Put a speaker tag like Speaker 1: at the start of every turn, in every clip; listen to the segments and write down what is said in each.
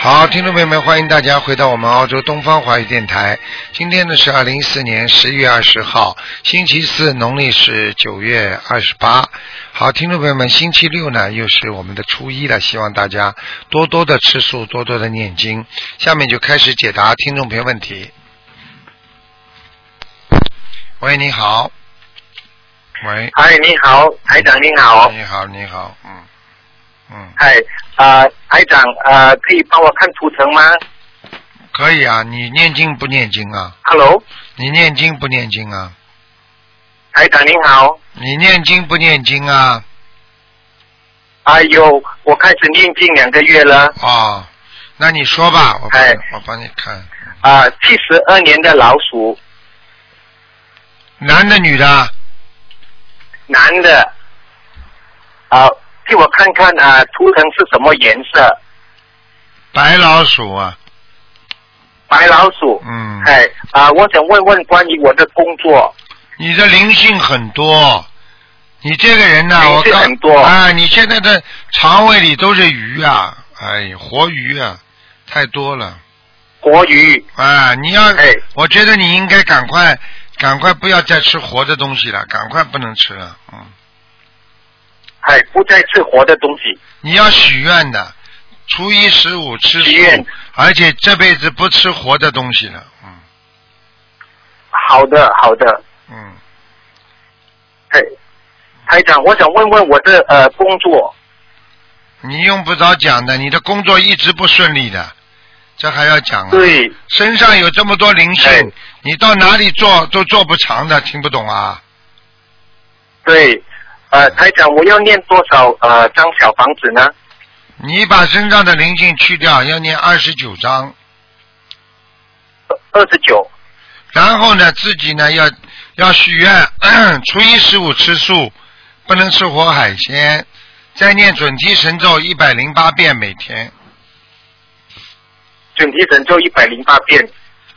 Speaker 1: 好，听众朋友们，欢迎大家回到我们澳洲东方华语电台。今天呢是二零一四年十一月二十号，星期四，农历是九月二十八。好，听众朋友们，星期六呢又是我们的初一了，希望大家多多的吃素，多多的念经。下面就开始解答听众朋友问题。喂，你好。喂，
Speaker 2: 嗨，哎你好，台长你好，
Speaker 1: 你好，你好，嗯，嗯，
Speaker 2: 嗨，呃，台长，呃，可以帮我看图腾吗
Speaker 1: 可以啊，你念经不念经啊？
Speaker 2: ？Hello，
Speaker 1: 你念经不念经啊？
Speaker 2: 台长你好，
Speaker 1: 你念经不念经啊？
Speaker 2: 哎呦，我开始念经两个月了，
Speaker 1: 哦，那你说吧，我帮
Speaker 2: 哎
Speaker 1: 你我帮你看，
Speaker 2: 啊、7七十二年的老鼠，
Speaker 1: 男的女的？
Speaker 2: 男的，啊、替我看看啊、图腾是什么颜色？
Speaker 1: 白老鼠啊，
Speaker 2: 白老鼠，
Speaker 1: 嗯，
Speaker 2: 哎，啊、我想问问关于我的工作，
Speaker 1: 你的灵性很多，你这个人呢、
Speaker 2: 灵性
Speaker 1: 我告
Speaker 2: 很多
Speaker 1: 啊，你现在的肠胃里都是鱼啊，哎，活鱼啊，太多了
Speaker 2: 活鱼，
Speaker 1: 啊！你要，
Speaker 2: 哎
Speaker 1: 我觉得你应该赶快，赶快不要再吃活的东西了，赶快不能吃了，嗯。
Speaker 2: 哎，不再吃活的东西，
Speaker 1: 你要许愿的，初一十五吃
Speaker 2: 许愿
Speaker 1: 素，而且这辈子不吃活的东西了。嗯
Speaker 2: 好的，好的，
Speaker 1: 嗯，
Speaker 2: 哎，台长，我想问问我的呃工作。
Speaker 1: 你用不着讲的，你的工作一直不顺利的，这还要讲啊？
Speaker 2: 对，
Speaker 1: 身上有这么多灵性，
Speaker 2: 哎
Speaker 1: 你到哪里做都做不长的，听不懂啊？
Speaker 2: 对，呃，台长，我要念多少呃张小房子呢？
Speaker 1: 你把身上的灵性去掉，要念二十九章，
Speaker 2: 二十九，
Speaker 1: 然后呢，自己呢要要许愿， 初一十五吃素，不能吃活海鲜，再念准提神咒一百零八遍每天。
Speaker 2: 准提神咒一百零八遍。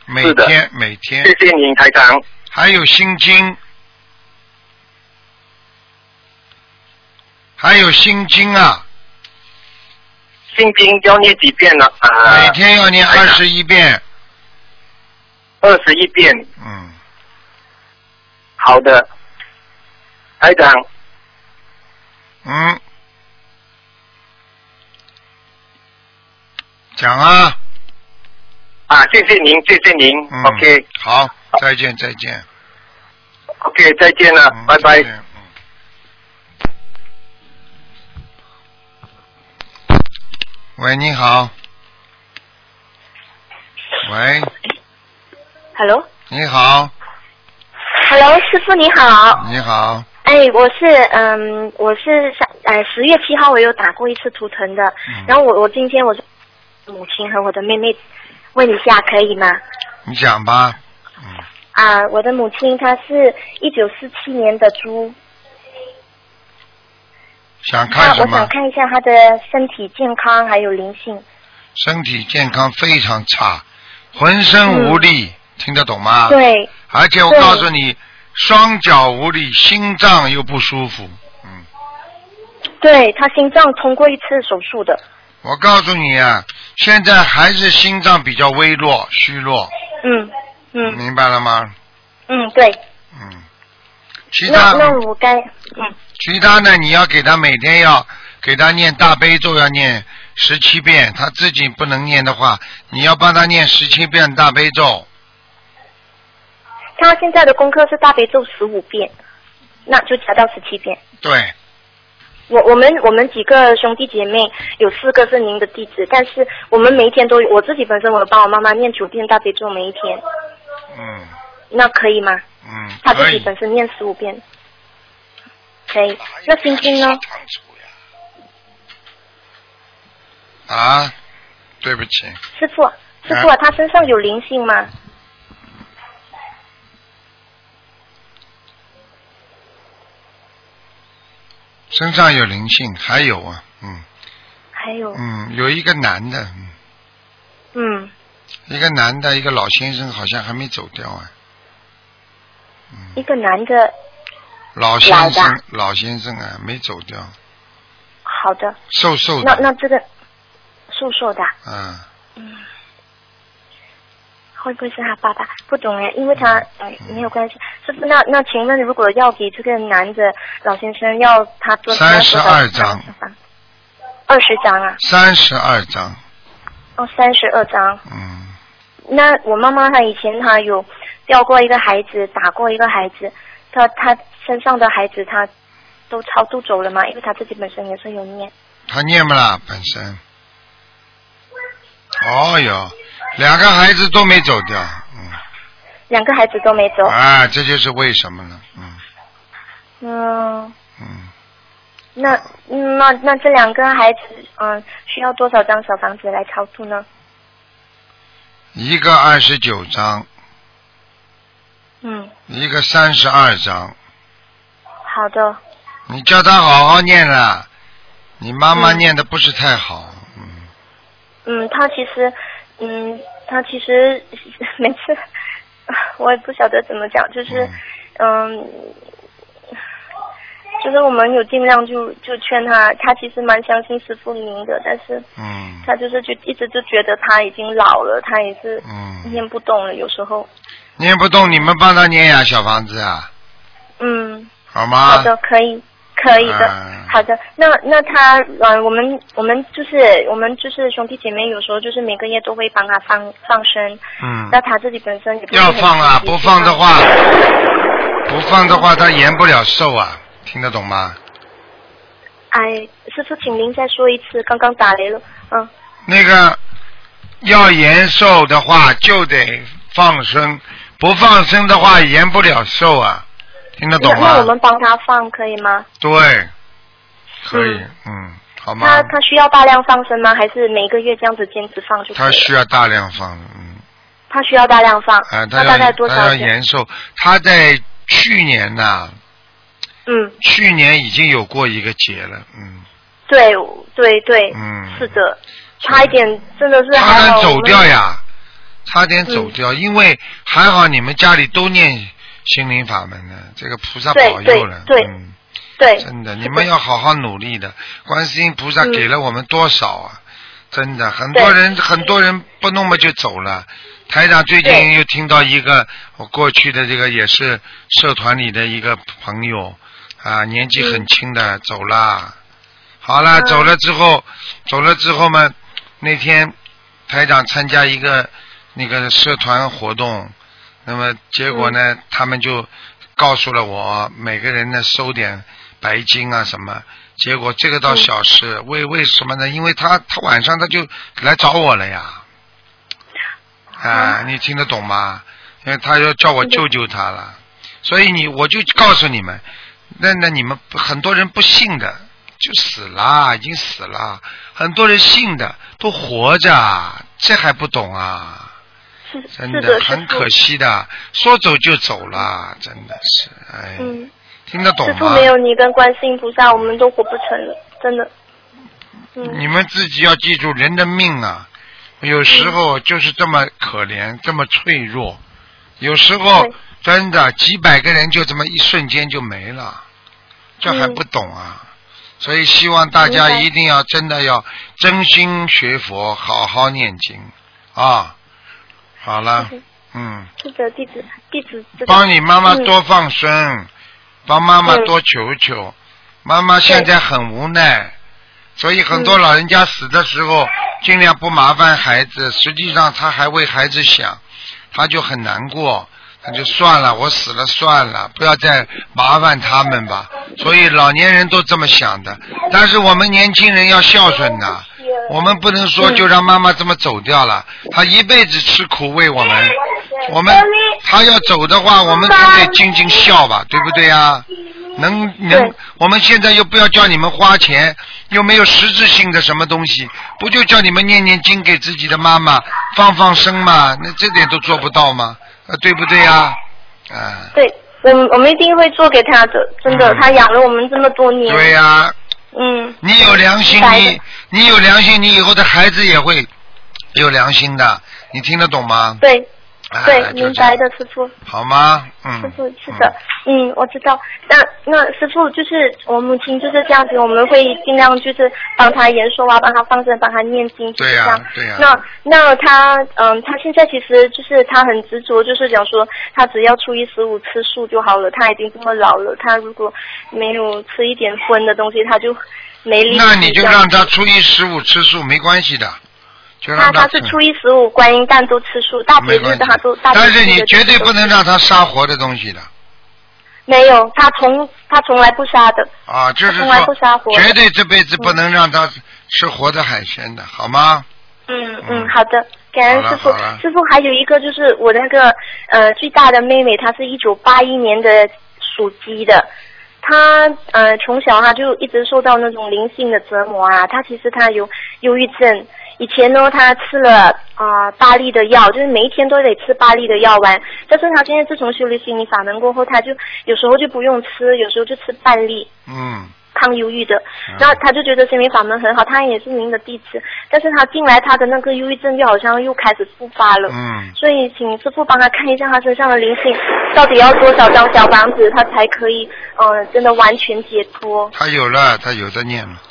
Speaker 1: 每
Speaker 2: 是的
Speaker 1: 天每
Speaker 2: 谢
Speaker 1: 天，
Speaker 2: 谢您，台长。
Speaker 1: 还有心经，还有心经啊，
Speaker 2: 心经要念几遍呢？啊、
Speaker 1: 每天要念
Speaker 2: 哎呀
Speaker 1: 二十一遍。
Speaker 2: 二十一遍。
Speaker 1: 嗯，
Speaker 2: 好的，台长，
Speaker 1: 嗯，讲啊，
Speaker 2: 啊，谢谢您，谢谢您。
Speaker 1: 嗯
Speaker 2: OK，OK，、
Speaker 1: 好，再见，再见，
Speaker 2: 再见了，
Speaker 1: 嗯
Speaker 2: 啊拜拜
Speaker 1: 再。见嗯喂，你好。喂，
Speaker 3: Hello，Hello，
Speaker 1: 你好，
Speaker 3: 师傅你好。
Speaker 1: 你好，
Speaker 3: 哎，我是嗯，我是上呃十月七号我有打过一次图腾的，
Speaker 1: 嗯
Speaker 3: 然后我我今天我是母亲和我的妹妹问一下可以吗？
Speaker 1: 你讲吧。嗯
Speaker 3: 啊，我的母亲她是一九四七年的猪，
Speaker 1: 想
Speaker 3: 那
Speaker 1: 看什
Speaker 3: 我想
Speaker 1: 么？
Speaker 3: 看一下她的身体健康还有灵性。
Speaker 1: 身体健康非常差，浑身无力，听得懂吗？。
Speaker 3: 嗯对，
Speaker 1: 而且我
Speaker 3: 对
Speaker 1: 告诉你，双脚无力，心脏又不舒服。嗯，
Speaker 3: 对，她心脏通过一次手术的，
Speaker 1: 我告诉你啊，现在还是心脏比较微弱、虚弱，
Speaker 3: 嗯嗯
Speaker 1: 明白了吗？
Speaker 3: 嗯，对。
Speaker 1: 嗯。其
Speaker 3: 那
Speaker 1: 他
Speaker 3: 那我该嗯
Speaker 1: 其他呢？你要给他每天要给他念大悲咒，要念十七遍。他自己不能念的话，你要帮他念十七遍大悲咒。
Speaker 3: 他现在的功课是大悲咒十五遍，那就加到十七遍。
Speaker 1: 对，
Speaker 3: 我我们我们几个兄弟姐妹有四个是您的弟子，但是我们每一天都有我自己本身我有帮我妈妈念九遍大悲咒每一天，
Speaker 1: 嗯
Speaker 3: 那可以吗？
Speaker 1: 嗯，
Speaker 3: 她自
Speaker 1: 可
Speaker 3: 己
Speaker 1: 以。
Speaker 3: 本身念十五遍，可以。那心经呢？
Speaker 1: 啊，对不起，
Speaker 3: 师傅，师傅、啊，他身上有灵性吗？
Speaker 1: 身上有灵性，还有啊，嗯
Speaker 3: 还有，
Speaker 1: 嗯，有一个男的，嗯
Speaker 3: 嗯，
Speaker 1: 一个男的，一个老先生，好像还没走掉啊。
Speaker 3: 一个男的，
Speaker 1: 老先
Speaker 3: 老
Speaker 1: 生
Speaker 3: 的，
Speaker 1: 老先生啊，没走掉，
Speaker 3: 好的，
Speaker 1: 瘦瘦
Speaker 3: 那
Speaker 1: 的，
Speaker 3: 那这个瘦瘦的啊，
Speaker 1: 啊，
Speaker 3: 会不会是他爸爸？不懂哎，因为他
Speaker 1: 嗯
Speaker 3: 哎没有关系。师傅，那那请问，如果要给这个男的老先生要他做
Speaker 1: 32张，
Speaker 3: 二十张啊？
Speaker 1: 三十二张，
Speaker 3: 哦，三十二张。
Speaker 1: 嗯，
Speaker 3: 那我妈妈她以前她有掉过一个孩子，打过一个孩子，她她身上的孩子她都超度走了嘛，因为她自己本身也是有念。
Speaker 1: 他念不啦？本身，哦哟，两个孩子都没走掉，嗯，
Speaker 3: 两个孩子都没走。
Speaker 1: 啊，这就是为什么了，嗯
Speaker 3: 嗯，
Speaker 1: 嗯，
Speaker 3: 那嗯那那这两个孩子，嗯，需要多少张小房子来超度呢？
Speaker 1: 一个二十九张，
Speaker 3: 嗯，
Speaker 1: 一个三十二张，
Speaker 3: 好的，
Speaker 1: 你叫他好好念了，你妈妈
Speaker 3: 嗯
Speaker 1: 念的不是太好，嗯，
Speaker 3: 嗯，他其实，嗯，他其实每次，我也不晓得怎么讲，就是，嗯，就是我们有尽量就就劝他，他其实蛮相信师傅您的，但是
Speaker 1: 嗯
Speaker 3: 他就是就一直就觉得他已经老了，他也是
Speaker 1: 嗯，
Speaker 3: 念不动了，有时候，
Speaker 1: 念不动，你们帮他念呀，小房子啊，
Speaker 3: 嗯，
Speaker 1: 好吗？
Speaker 3: 好的，可以。可以的，
Speaker 1: 啊
Speaker 3: 好的。那那他，呃，我们我们就是我们就是兄弟姐妹，有时候就是每个月都会帮他放放生，
Speaker 1: 嗯，
Speaker 3: 那他自己本身也不是
Speaker 1: 要
Speaker 3: 很
Speaker 1: 放啊，
Speaker 3: 积极
Speaker 1: 不放的话，不放的话，他延不了寿啊，听得懂吗？
Speaker 3: 哎，师傅，请您再说一次，刚刚打雷了，嗯，
Speaker 1: 那个要延寿的话，就得放生，不放生的话，延不了寿啊，听得
Speaker 3: 那
Speaker 1: 懂
Speaker 3: 那我
Speaker 1: 吗？
Speaker 3: 们帮他放可以吗？
Speaker 1: 对，可以，嗯，好吗？
Speaker 3: 他他需要大量放生吗？还是每个月这样子坚持放就可以
Speaker 1: 他
Speaker 3: 了？
Speaker 1: 需要大量放，嗯，
Speaker 3: 他需要大量放，
Speaker 1: 啊，
Speaker 3: 那
Speaker 1: 他
Speaker 3: 大
Speaker 1: 要
Speaker 3: 概多
Speaker 1: 他
Speaker 3: 少
Speaker 1: 要
Speaker 3: 钱？
Speaker 1: 延寿，他在去年呐、
Speaker 3: 嗯，
Speaker 1: 去年已经有过一个劫了，嗯，
Speaker 3: 对对对，
Speaker 1: 嗯
Speaker 3: 是的，差一点真的是
Speaker 1: 差
Speaker 3: 还
Speaker 1: 点
Speaker 3: 好我们嗯
Speaker 1: 走掉呀，差点走掉，因为还好你们家里都念心灵法门呢，这个菩萨保佑了，
Speaker 3: 对对对
Speaker 1: 嗯，
Speaker 3: 对，
Speaker 1: 真
Speaker 3: 是
Speaker 1: 的，你们要好好努力 的，观世音菩萨
Speaker 3: 嗯
Speaker 1: 给了我们多少啊？真的，很多人很多人不弄么就走了。台长最近
Speaker 3: 对
Speaker 1: 又听到一个我过去的这个也是社团里的一个朋友啊，年纪很轻的、走了。好了，
Speaker 3: 嗯
Speaker 1: 走了之后，走了之后嘛，那天台长参加一个那个社团活动，那么结果呢，
Speaker 3: 嗯
Speaker 1: 他们就告诉了我每个人呢收点白金啊什么。结果这个倒
Speaker 3: 嗯
Speaker 1: 小事，为为什么呢？因为他他晚上他就来找我了呀。啊，你听得懂吗？因为他要叫我
Speaker 3: 听得
Speaker 1: 救救他了，所以你我就告诉你们，那那你们很多人不信的，就死了，已经死了。很多人信的都活着，这还不懂啊？
Speaker 3: 是
Speaker 1: 真
Speaker 3: 是的，
Speaker 1: 很
Speaker 3: 师傅
Speaker 1: 可惜的，说走就走了，真的是，哎，
Speaker 3: 嗯，
Speaker 1: 听得懂
Speaker 3: 师傅
Speaker 1: 吗
Speaker 3: 没？有你跟观世音菩萨，我们都活不成了，真的。嗯
Speaker 1: 你们自己要记住，人的命啊，有时候就是这么可怜，这么脆弱，有时候
Speaker 3: 对
Speaker 1: 真的几百个人就这么一瞬间就没了，这还
Speaker 3: 嗯
Speaker 1: 不懂啊！所以希望大家
Speaker 3: 明白
Speaker 1: 一定要真的要真心学佛，好好念经啊！好了
Speaker 3: 嗯，
Speaker 1: 嗯。
Speaker 3: 是的，弟子弟子知道
Speaker 1: 帮你妈妈
Speaker 3: 嗯
Speaker 1: 多放生，帮妈妈
Speaker 3: 嗯
Speaker 1: 多求求。妈妈现在很无奈，所以很多老人家死的时候、尽量不麻烦孩子，实际上他还为孩子想，他就很难过。他就算了，我死了算了，不要再麻烦他们吧。所以老年人都这么想的，但是我们年轻人要孝顺呐、我们不能说就让妈妈这么走掉了，她一辈子吃苦为我们，我们她要走的话，我们总得尽尽孝吧，对不对呀？能能
Speaker 3: 对，
Speaker 1: 我们现在又不要叫你们花钱，又没有实质性的什么东西，不就叫你们念念经给自己的妈妈放放生嘛？那这点都做不到吗？啊，对不对呀？啊，
Speaker 3: 对，我们我们一定会做给他的，真的，
Speaker 1: 嗯
Speaker 3: 他养了我们这么多年。
Speaker 1: 对呀、
Speaker 3: 嗯，
Speaker 1: 你有良心，
Speaker 3: 白
Speaker 1: 你
Speaker 3: 的
Speaker 1: 你有良心，你以后的孩子也会有良心的，你听得懂吗？
Speaker 3: 对，
Speaker 1: 哎
Speaker 3: 对，
Speaker 1: 就
Speaker 3: 明
Speaker 1: 这样
Speaker 3: 白的，师傅。
Speaker 1: 好吗？嗯，
Speaker 3: 师傅是的，嗯，我知道。那那师傅就是我母亲就是这样子，我们会尽量就是帮她演说啊，帮她放生，帮她念经，就
Speaker 1: 对
Speaker 3: 是这
Speaker 1: 呀、
Speaker 3: 样。
Speaker 1: 对呀、
Speaker 3: 那那她嗯，她现在其实就是她很执着，就是讲说她只要初一十五吃素就好了。她已经这么老了，她如果没有吃一点荤的东西，她就没力气这
Speaker 1: 那
Speaker 3: 样。
Speaker 1: 你就让他初一十五吃素没关系的，就
Speaker 3: 那
Speaker 1: 让
Speaker 3: 她
Speaker 1: 吃
Speaker 3: 是。初一十五观音诞都吃素，大
Speaker 1: 没
Speaker 3: 节
Speaker 1: 关
Speaker 3: 日
Speaker 1: 系
Speaker 3: 的她都，大节日
Speaker 1: 但是你
Speaker 3: 的
Speaker 1: 绝对
Speaker 3: 都
Speaker 1: 不能让他杀活的东西的
Speaker 3: 没有，她从她从来不杀的。
Speaker 1: 啊，就是
Speaker 3: 从来不杀
Speaker 1: 说
Speaker 3: 活嗯的
Speaker 1: 绝对这辈子不能让他吃活的海鲜的，好吗？
Speaker 3: 嗯
Speaker 1: 嗯
Speaker 3: 嗯，好的，感恩师傅
Speaker 1: 好了好了。
Speaker 3: 师傅还有一个就是我那个呃最大的妹妹，她是一九八一年的属鸡的，她呃从小她就一直受到那种灵性的折磨啊，她其实她有忧郁症。以前呢，她吃了啊、呃八粒的药，就是每一天都得吃八粒的药丸。但是她现在自从修了心理法门过后，她就有时候就不用吃，有时候就吃半粒。
Speaker 1: 嗯，
Speaker 3: 抗忧郁的
Speaker 1: 嗯，
Speaker 3: 然后他就觉得心灵法门很好，他也是您的弟子，但是他进来他的那个忧郁症就好像又开始复发了，
Speaker 1: 嗯，
Speaker 3: 所以请师傅帮他看一下他身上的灵性到底要多少张小房子，他才可以嗯、呃真的完全解脱。
Speaker 1: 他有了，他有的念了，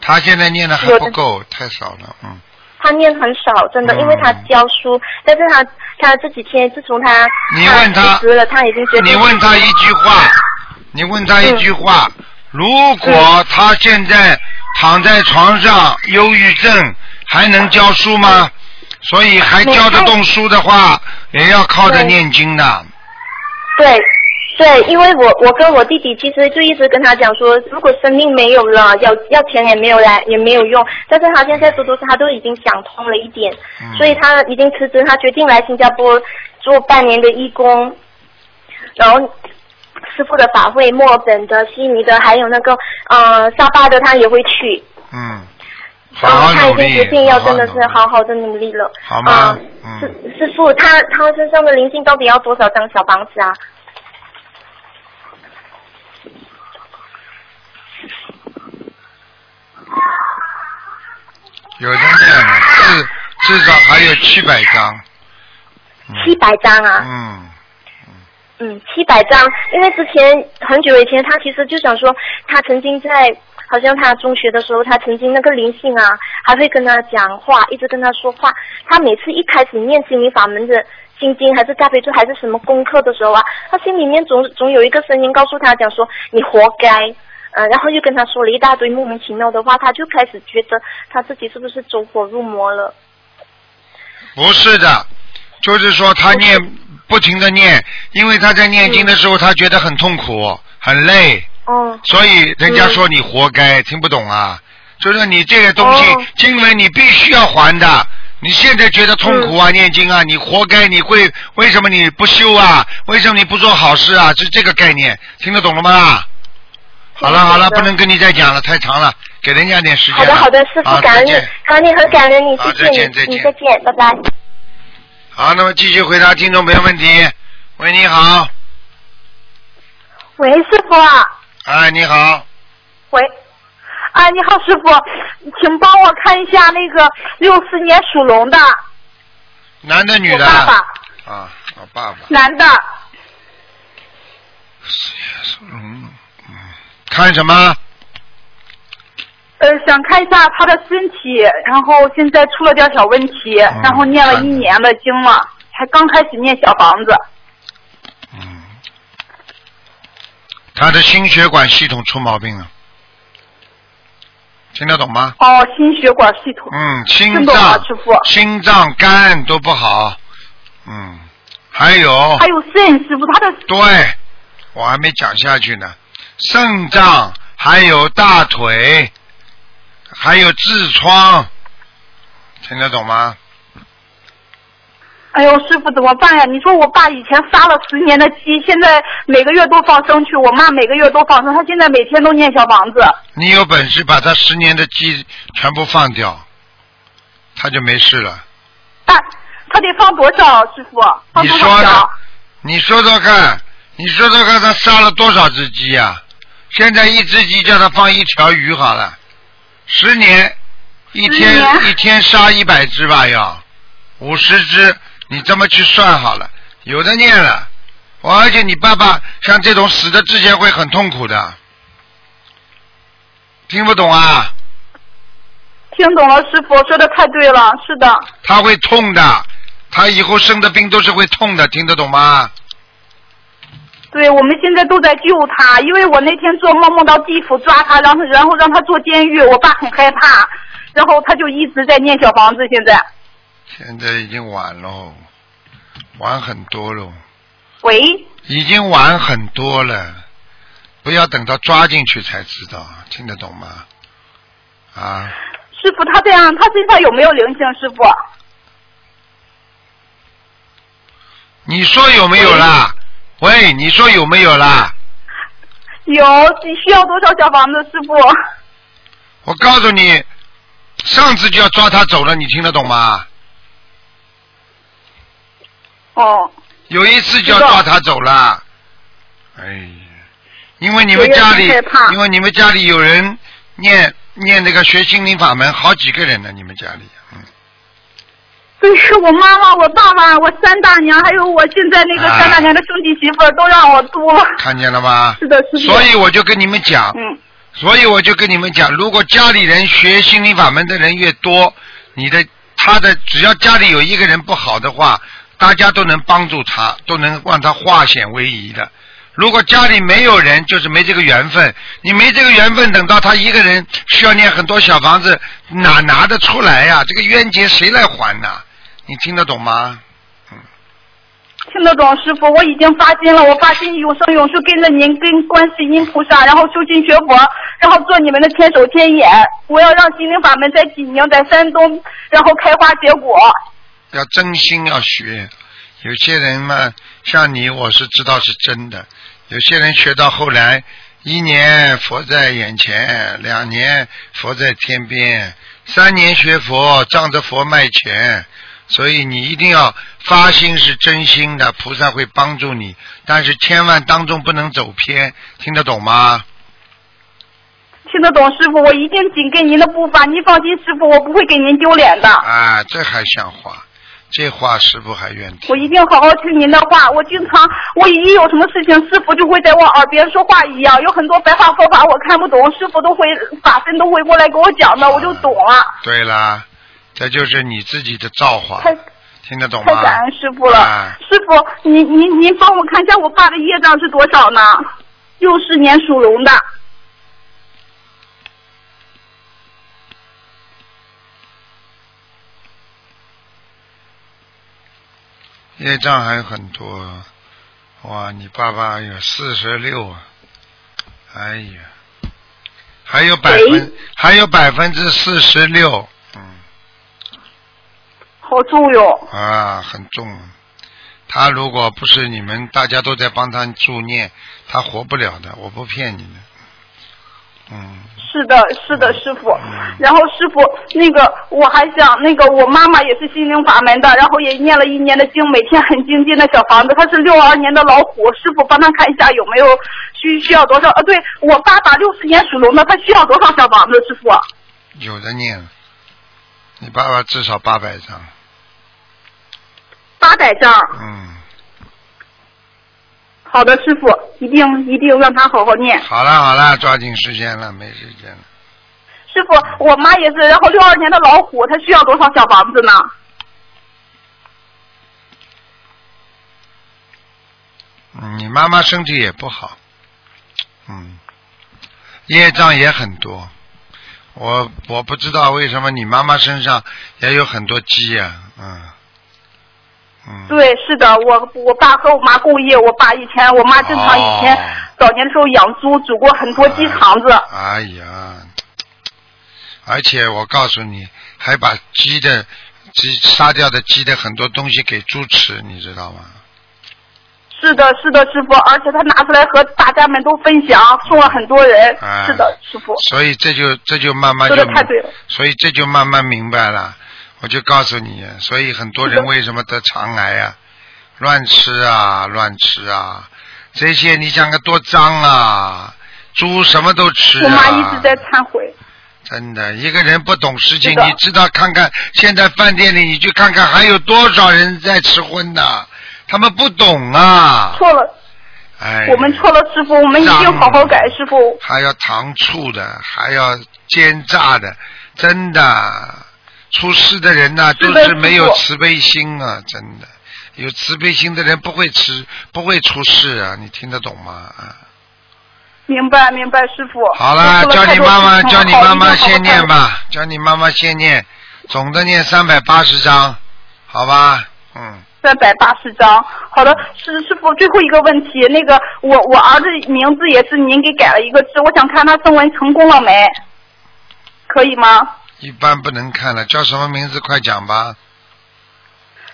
Speaker 1: 他现在念的还
Speaker 3: 有的
Speaker 1: 不够，太少了，嗯，
Speaker 3: 他念很少，真的，
Speaker 1: 嗯
Speaker 3: 因为他教书，但是他他这几天自从他
Speaker 1: 你问他
Speaker 3: 他辞职了，他已经决 定
Speaker 1: 你问他一句话，你问他一句话，
Speaker 3: 嗯
Speaker 1: 如果他现在躺在床上忧郁症，还能教书吗？所以还教得动书的话，也要靠着
Speaker 3: 对
Speaker 1: 念经的。
Speaker 3: 对。对，因为我我跟我弟弟其实就一直跟他讲说，如果生命没有了，要要钱也没有来也没有用。但是他现在多多他都已经想通了一点，
Speaker 1: 嗯
Speaker 3: 所以他已经辞职，他决定来新加坡做半年的义工，然后师傅的法会、墨尔本的、悉尼的，还有那个呃沙巴的，他也会去。
Speaker 1: 嗯，好
Speaker 3: 然
Speaker 1: 好
Speaker 3: 后他已
Speaker 1: 努
Speaker 3: 经
Speaker 1: 力，
Speaker 3: 决定要真的
Speaker 1: 好
Speaker 3: 是
Speaker 1: 好
Speaker 3: 好
Speaker 1: 努力
Speaker 3: 好的努力了。
Speaker 1: 好吗
Speaker 3: 啊
Speaker 1: 嗯
Speaker 3: 师师傅，他他身上的灵性到底要多少张小房子啊？
Speaker 1: 有的念了，至至少还有七百张。嗯
Speaker 3: 七百张啊。
Speaker 1: 嗯
Speaker 3: 嗯，七百张，因为之前很久以前，他其实就想说，他曾经在好像他中学的时候，他曾经那个灵性啊，还会跟他讲话，一直跟他说话。他每次一开始念心灵法门的心经还是大悲咒还是什么功课的时候啊，他心里面总总有一个声音告诉他讲说你活该。嗯，然后又跟他说了一大堆莫名其妙的话，他就开始觉得他自己是不是走火入魔了？
Speaker 1: 不是的，就是说他念不停的念，因为他在念经的
Speaker 3: 嗯
Speaker 1: 时候，他觉得很痛苦、很累，
Speaker 3: 哦，
Speaker 1: 所以人家说你活该，听不懂啊。就是你这个东西
Speaker 3: 嗯哦
Speaker 1: 经文你必须要还的，你现在觉得痛苦
Speaker 3: 嗯
Speaker 1: 啊，念经啊，你活该，你会为什么你不修啊？为什么你不做好事啊？是这个概念，听得懂了吗？好了好了，
Speaker 3: 听得懂的
Speaker 1: 不能跟你再讲了，太长了，给人家点时间
Speaker 3: 好
Speaker 1: 了。
Speaker 3: 的好的，师
Speaker 1: 好
Speaker 3: 傅感恩
Speaker 1: 再
Speaker 3: 你
Speaker 1: 见，
Speaker 3: 好，你很感恩你，
Speaker 1: 好再
Speaker 3: 谢谢
Speaker 1: 见再
Speaker 3: 你，你
Speaker 1: 见
Speaker 3: 再见，拜拜。
Speaker 1: 好，那么继续回答听众朋友问题。喂，你好，
Speaker 4: 喂，师傅啊，
Speaker 1: 哎，你好，
Speaker 4: 喂，啊，你好，师傅，请帮我看一下那个六四年属龙的，
Speaker 1: 男的女
Speaker 4: 我
Speaker 1: 的？
Speaker 4: 爸爸，
Speaker 1: 啊，我爸爸。
Speaker 4: 男的，
Speaker 1: 嗯，嗯看什么？
Speaker 4: 呃，想看一下他的身体，然后现在出了点小问题，
Speaker 1: 嗯
Speaker 4: 然后念了一年的经了，还刚开始念小房子，
Speaker 1: 嗯，他的心血管系统出毛病了，听得懂吗？
Speaker 4: 哦，心血管系统，
Speaker 1: 嗯，心
Speaker 4: 听懂了
Speaker 1: 脏、
Speaker 4: 师傅
Speaker 1: 心脏、肝都不好。嗯，还有
Speaker 4: 还，有肾，师傅他的
Speaker 1: 对，我还没讲下去呢。肾脏，还有大腿，还有痔疮，听得懂吗？
Speaker 4: 哎呦，师傅怎么办呀？你说我爸以前杀了十年的鸡，现在每个月都放生去，我妈每个月都放生，他现在每天都念小房子。
Speaker 1: 你有本事把他十年的鸡全部放掉，他就没事了。
Speaker 4: 但他得放多少，师傅？放
Speaker 1: 你
Speaker 4: 多
Speaker 1: 说
Speaker 4: 少
Speaker 1: 呢
Speaker 4: 条？？
Speaker 1: 你说说看，你说说看，他杀了多少只鸡呀、现在一只鸡叫他放一条鱼好了，十年，一
Speaker 4: 十
Speaker 1: 天
Speaker 4: 年
Speaker 1: 一天杀一百只吧要，五十只，你这么去算好了，有的念了，我而且你爸爸像这种死的之前会很痛苦的，听不懂啊？
Speaker 5: 听懂了，师傅说的太对了，是的，
Speaker 1: 他会痛的，他以后生的病都是会痛的，听得懂吗？
Speaker 5: 对，我们现在都在救他，因为我那天做梦梦到地府抓他，然后然后让他坐监狱，我爸很害怕，然后他就一直在念小房子，现在。
Speaker 1: 现在已经晚喽，晚很多喽，
Speaker 5: 喂，
Speaker 1: 已经晚很多了，不要等到抓进去才知道，听得懂吗？啊，
Speaker 5: 师傅，他这样，他身上有没有灵性？师傅，
Speaker 1: 你说有没有啦？喂，你说有没有啦？
Speaker 5: 有，你需要多少小房子？师傅，
Speaker 1: 我告诉你，上次就要抓他走了，你听得懂吗？
Speaker 5: 哦，
Speaker 1: 有一次就要抓他走了。哎呀，因为你们家里
Speaker 5: 有人害怕，
Speaker 1: 因为你们家里有人念念那个学心灵法门，好几个人呢，你们家里。嗯，
Speaker 5: 对，我妈妈、我爸爸、我三大娘，还有我现在那个
Speaker 1: 啊
Speaker 5: 三大娘的兄弟媳妇儿都让我多。
Speaker 1: 看见了吧？
Speaker 5: 是的，师傅。
Speaker 1: 所以我就跟你们讲，
Speaker 5: 嗯，
Speaker 1: 所以我就跟你们讲，如果家里人学心灵法门的人越多，你的他的只要家里有一个人不好的话，大家都能帮助他，都能让他化险为夷的。如果家里没有人，就是没这个缘分。你没这个缘分，等到他一个人需要念很多小房子，哪拿得出来呀、这个冤结谁来还呐、你听得懂吗？
Speaker 5: 听得懂，师傅，我已经发心了，我发心永生永世跟着您，跟观世音菩萨，然后修心学佛，然后做你们的天手天眼，我要让心灵法门在济宁，在山东，然后开花结果。
Speaker 1: 要真心要学。有些人嘛，像你，我是知道是真的。有些人学到后来，一年佛在眼前，两年佛在天边，三年学佛，仗着佛卖钱。所以你一定要发心是真心的，菩萨会帮助你，但是千万当中不能走偏，听得懂吗？
Speaker 5: 听得懂，师傅，我一定紧跟您的步伐，您放心，师傅，我不会给您丢脸的，
Speaker 1: 啊，这还像话？这话师傅还愿
Speaker 5: 我一
Speaker 1: 听。
Speaker 5: 定好好听您的话。我经常，我一有什么事情，师傅就会在我耳边说话一样，有很多白话佛法我看不懂，师傅都会法身都会过来给我讲的，我就懂了，
Speaker 1: 对啦，这就是你自己的造化，
Speaker 5: 太
Speaker 1: 听得懂吗？
Speaker 5: 太感恩师傅了。
Speaker 1: 啊
Speaker 5: 师傅，您您您帮我看一下我爸的业障是多少呢？六十年属龙的，
Speaker 1: 业障还有很多啊，哇！你爸爸有四十六啊，哎呀，还有百分还有百分之四十六，嗯
Speaker 5: 好重哟。
Speaker 1: 啊，很重。他如果不是你们大家都在帮他助念，他活不了的，我不骗你们。嗯，
Speaker 5: 是的，是的，师傅。然后师傅，那个我还想，那个我妈妈也是心灵法门的，然后也念了一年的经，每天很精进的小房子。她是六二年的老虎，师傅帮她看一下有没有需需要多少？啊，对我爸爸六十年属龙的，他需要多少小房子？师傅，
Speaker 1: 有的念，你爸爸至少八百张，
Speaker 5: 八百张。
Speaker 1: 嗯。
Speaker 5: 好的，师傅，一定一定让他好好念。
Speaker 1: 好了好了，抓紧时间了，没时间了。
Speaker 5: 师傅，我妈也是，然后六二年的老虎，她需要多少小房子呢？
Speaker 1: 嗯，你妈妈身体也不好，嗯，业障也很多。我我不知道为什么你妈妈身上也有很多鸡呀、嗯，嗯，
Speaker 5: 对，是的，我我爸和我妈共业，我爸以前我妈经常
Speaker 1: 哦
Speaker 5: 以前早年的时候养猪，煮过很多鸡肠子。
Speaker 1: 哎呀，而且我告诉你，还把鸡的鸡杀掉的鸡的很多东西给猪吃，你知道吗？
Speaker 5: 是的，是的，师傅，而且他拿出来和大家们都分享，送了很多人。
Speaker 1: 哎
Speaker 5: 是的，师傅，
Speaker 1: 所以这就这就慢慢
Speaker 5: 哦说
Speaker 1: 就
Speaker 5: 的太对了。
Speaker 1: 所以这就慢慢明白了。我就告诉你，所以很多 人为什么得肠癌啊？乱吃啊，乱吃啊，这些你想个多脏啊！猪什么都吃、啊。
Speaker 5: 我妈一直在忏悔。
Speaker 1: 真的，一个人不懂事情，
Speaker 5: 是的
Speaker 1: 你知道看看现在饭店里，你去看看还有多少人在吃荤呐，他们不懂啊。
Speaker 5: 错了，
Speaker 1: 哎，
Speaker 5: 我们错了，师傅，我们一定好好改，师傅。
Speaker 1: 还要糖醋的，还要煎炸的，真的，出事的人呐、
Speaker 5: 是
Speaker 1: 都
Speaker 5: 的
Speaker 1: 是没
Speaker 5: 师
Speaker 1: 有
Speaker 5: 傅
Speaker 1: 慈悲心啊，真的，有慈悲心的人不会吃，不会出事啊，你听得懂吗？啊，
Speaker 5: 明白明白，师傅。
Speaker 1: 好了，
Speaker 5: 我做
Speaker 1: 叫
Speaker 5: 了太
Speaker 1: 你
Speaker 5: 多
Speaker 1: 妈妈，
Speaker 5: 事情
Speaker 1: 叫
Speaker 5: 了
Speaker 1: 你
Speaker 5: 好
Speaker 1: 妈妈
Speaker 5: 一定好好
Speaker 1: 先念
Speaker 5: 改
Speaker 1: 吧，叫你妈妈先念，总的念三百八十章，好吧？嗯，
Speaker 5: 三百八十张。好的，师师傅，最后一个问题，那个我我儿子名字也是您给改了一个字，我想看他升文成功了没？可以吗？
Speaker 1: 一般不能看了，叫什么名字？快讲吧。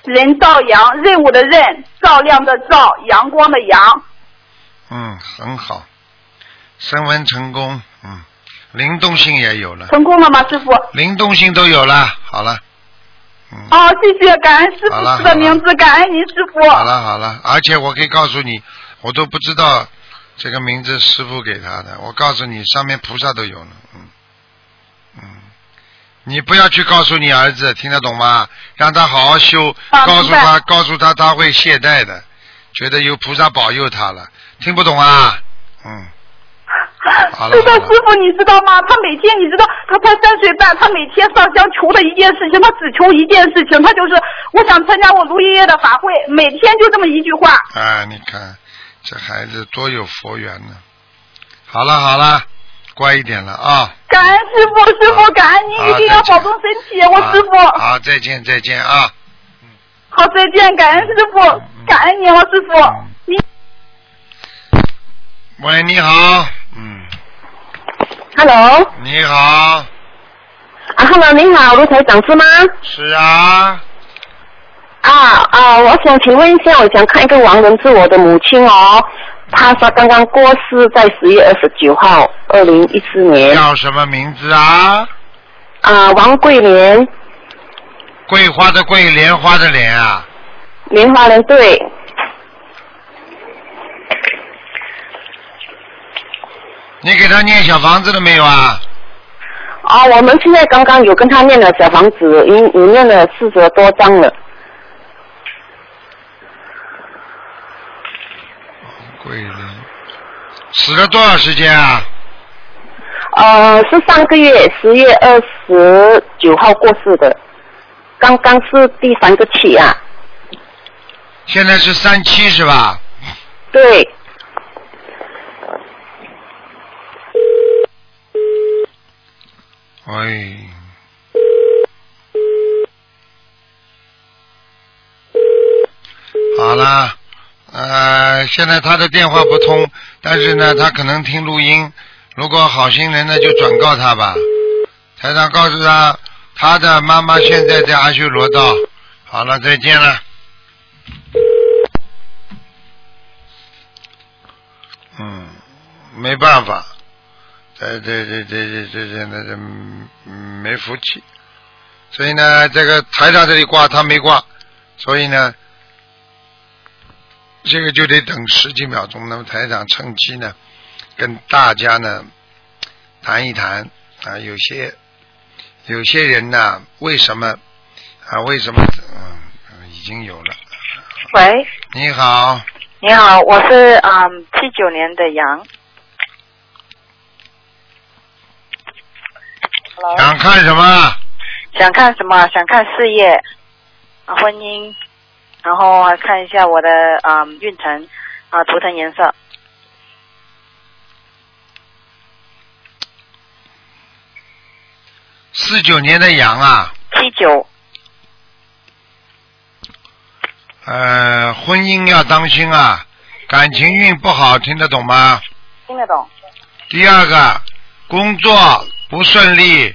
Speaker 5: 任兆阳，任务的任，照亮的照，阳光的阳。
Speaker 1: 嗯，很好，升温成功，嗯，灵动性也有了。
Speaker 5: 成功了吗，师傅？
Speaker 1: 灵动性都有了，好了，嗯，
Speaker 5: 啊，谢谢，感恩师
Speaker 1: 好了
Speaker 5: 傅的名字，感恩您师傅。
Speaker 1: 好了好了，而且我可以告诉你，我都不知道这个名字师傅给他的，我告诉你，上面菩萨都有了，嗯嗯，你不要去告诉你儿子，听得懂吗？让他好好修，
Speaker 5: 啊
Speaker 1: 告诉
Speaker 5: 明白
Speaker 1: 他，告诉他他会懈怠的，觉得有菩萨保佑他了，听不懂啊？嗯，好了
Speaker 5: 对的，
Speaker 1: 好了
Speaker 5: 师傅，你知道吗？他每天，你知道，他才三岁半，他每天上香求的一件事情，他只求一件事情，他就是我想参加我卢爷爷的法会，每天就这么一句话。
Speaker 1: 啊，你看这孩子多有佛缘呢。好了好了，乖一点了啊。
Speaker 5: 感恩师傅，师
Speaker 1: 好
Speaker 5: 傅，感恩您一定要
Speaker 1: 好再见
Speaker 5: 保重身体，我师傅。
Speaker 1: 好好，啊再见再见啊。
Speaker 5: 好，再见，感恩师傅，感恩您，我师傅
Speaker 1: 嗯。
Speaker 5: 您
Speaker 1: 喂，你好，嗯，
Speaker 6: Hello，
Speaker 1: 你好，
Speaker 6: 啊，Hello，您好，卢台长是吗？
Speaker 1: 是啊，
Speaker 6: 啊啊，我想请问一下，我想看一个亡人是我的母亲哦，她说刚刚过世，在十月二十九号，二零一四年
Speaker 1: 叫什么名字啊？
Speaker 6: 啊，王桂莲，
Speaker 1: 桂花的桂，莲花的莲啊。
Speaker 6: 莲花莲对，
Speaker 1: 你给他念小房子了没有啊？
Speaker 6: 啊，我们现在刚刚有跟她念了小房子，已经已念了四十多张了，
Speaker 1: 桂莲死了多少时间啊？
Speaker 6: 呃，是上个月十月二十九号过世的，刚刚是第三个期啊，
Speaker 1: 现在是三七是吧？
Speaker 6: 对，
Speaker 1: 哎，好啦，呃，现在他的电话不通，但是呢，他可能听录音。如果好心人呢，就转告他吧。台长告诉他，他的妈妈现在在阿修罗道。好了，再见了。嗯，没办法。这这这这这这这那这嗯没福气，所以呢，这个台长这里挂他没挂，所以呢，这个就得等十几秒钟。那么台长趁机呢，跟大家呢谈一谈啊，有些有些人呢，为什么啊？为什么？嗯，已经有了。
Speaker 7: 喂，
Speaker 1: 你好，
Speaker 7: 你好，我是嗯七九年的羊。Hello，
Speaker 1: 想看什么？
Speaker 7: 想看什么？想看事业、啊婚姻，然后还看一下我的嗯运程啊图腾颜色。
Speaker 1: 四九年的羊啊，
Speaker 7: 七九
Speaker 1: 呃，婚姻要当心啊，感情运不好，听得懂吗？
Speaker 7: 听得懂？
Speaker 1: 第二个，工作不顺利，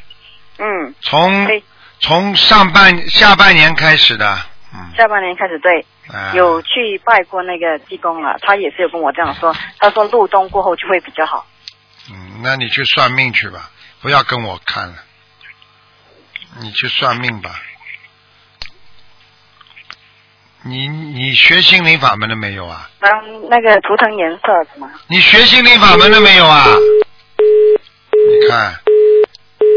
Speaker 7: 嗯，
Speaker 1: 从
Speaker 7: 对
Speaker 1: 从上半下半年开始的，嗯，
Speaker 7: 下半年开始对，
Speaker 1: 啊
Speaker 7: 有去拜过那个济公了，他也是有跟我这样说，他说入冬过后就会比较好。
Speaker 1: 嗯，那你去算命去吧，不要跟我看了，你去算命吧。你你学心灵法门了没有啊？
Speaker 7: 嗯，那个图腾颜色怎么？
Speaker 1: 你学心灵法门了没有啊？你看，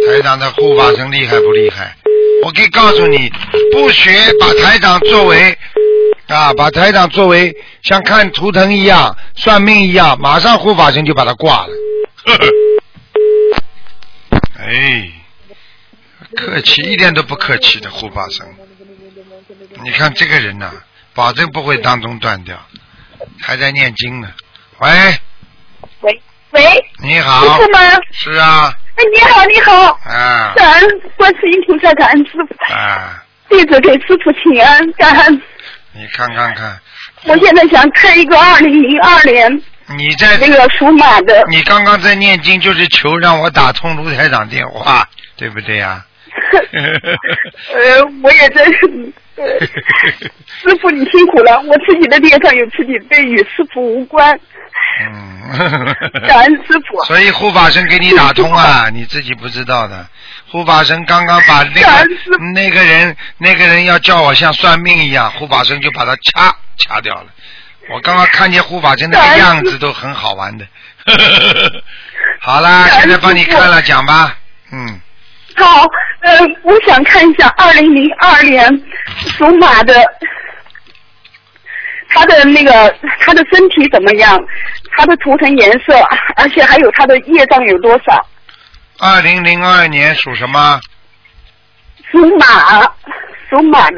Speaker 1: 台长的护法神厉害不厉害？我可以告诉你，不学把台长作为啊，把台长作为像看图腾一样、算命一样，马上护法神就把他挂了。呵呵 哎，客气一点都不客气的护法神，你看这个人呐、保证不会当中断掉，还在念经呢。喂，
Speaker 5: 喂，
Speaker 1: 你
Speaker 5: 师
Speaker 1: 好，
Speaker 5: 傅吗？
Speaker 1: 是啊，
Speaker 5: 哎，你好，你好，
Speaker 1: 啊
Speaker 5: 感恩观世音菩萨，感恩师傅，
Speaker 1: 啊，
Speaker 5: 弟子给师傅请安，感恩。
Speaker 1: 你看看看，
Speaker 5: 我现在想开一个二零零二年
Speaker 1: 你在
Speaker 5: 那个属马的，
Speaker 1: 你刚刚在念经，就是求让我打通卢台长电话，对不对 呀、
Speaker 5: 呃，我也在。呃师傅，你辛苦了，我自己的脸上有自己的与师傅无关，
Speaker 1: 嗯，
Speaker 5: 感恩师傅。
Speaker 1: 所以护法神给你打通啊，你自己不知道的。护法神刚刚把那
Speaker 5: 感
Speaker 1: 个
Speaker 5: 恩师父
Speaker 1: 那个人那个人要叫我像算命一样，护法神就把他掐掐掉了。我刚刚看见护法神那个
Speaker 5: 感恩师父
Speaker 1: 样子都很好玩 的。好啦，
Speaker 5: 感恩
Speaker 1: 现在帮你
Speaker 5: 师父
Speaker 1: 看了，讲吧。嗯，
Speaker 5: 好，呃，我想看一下二零零二年属马的，他的那个他的身体怎么样？他的图腾颜色，而且还有他的业障有多少？
Speaker 1: 二零零二年属什么？
Speaker 5: 属马，属马的，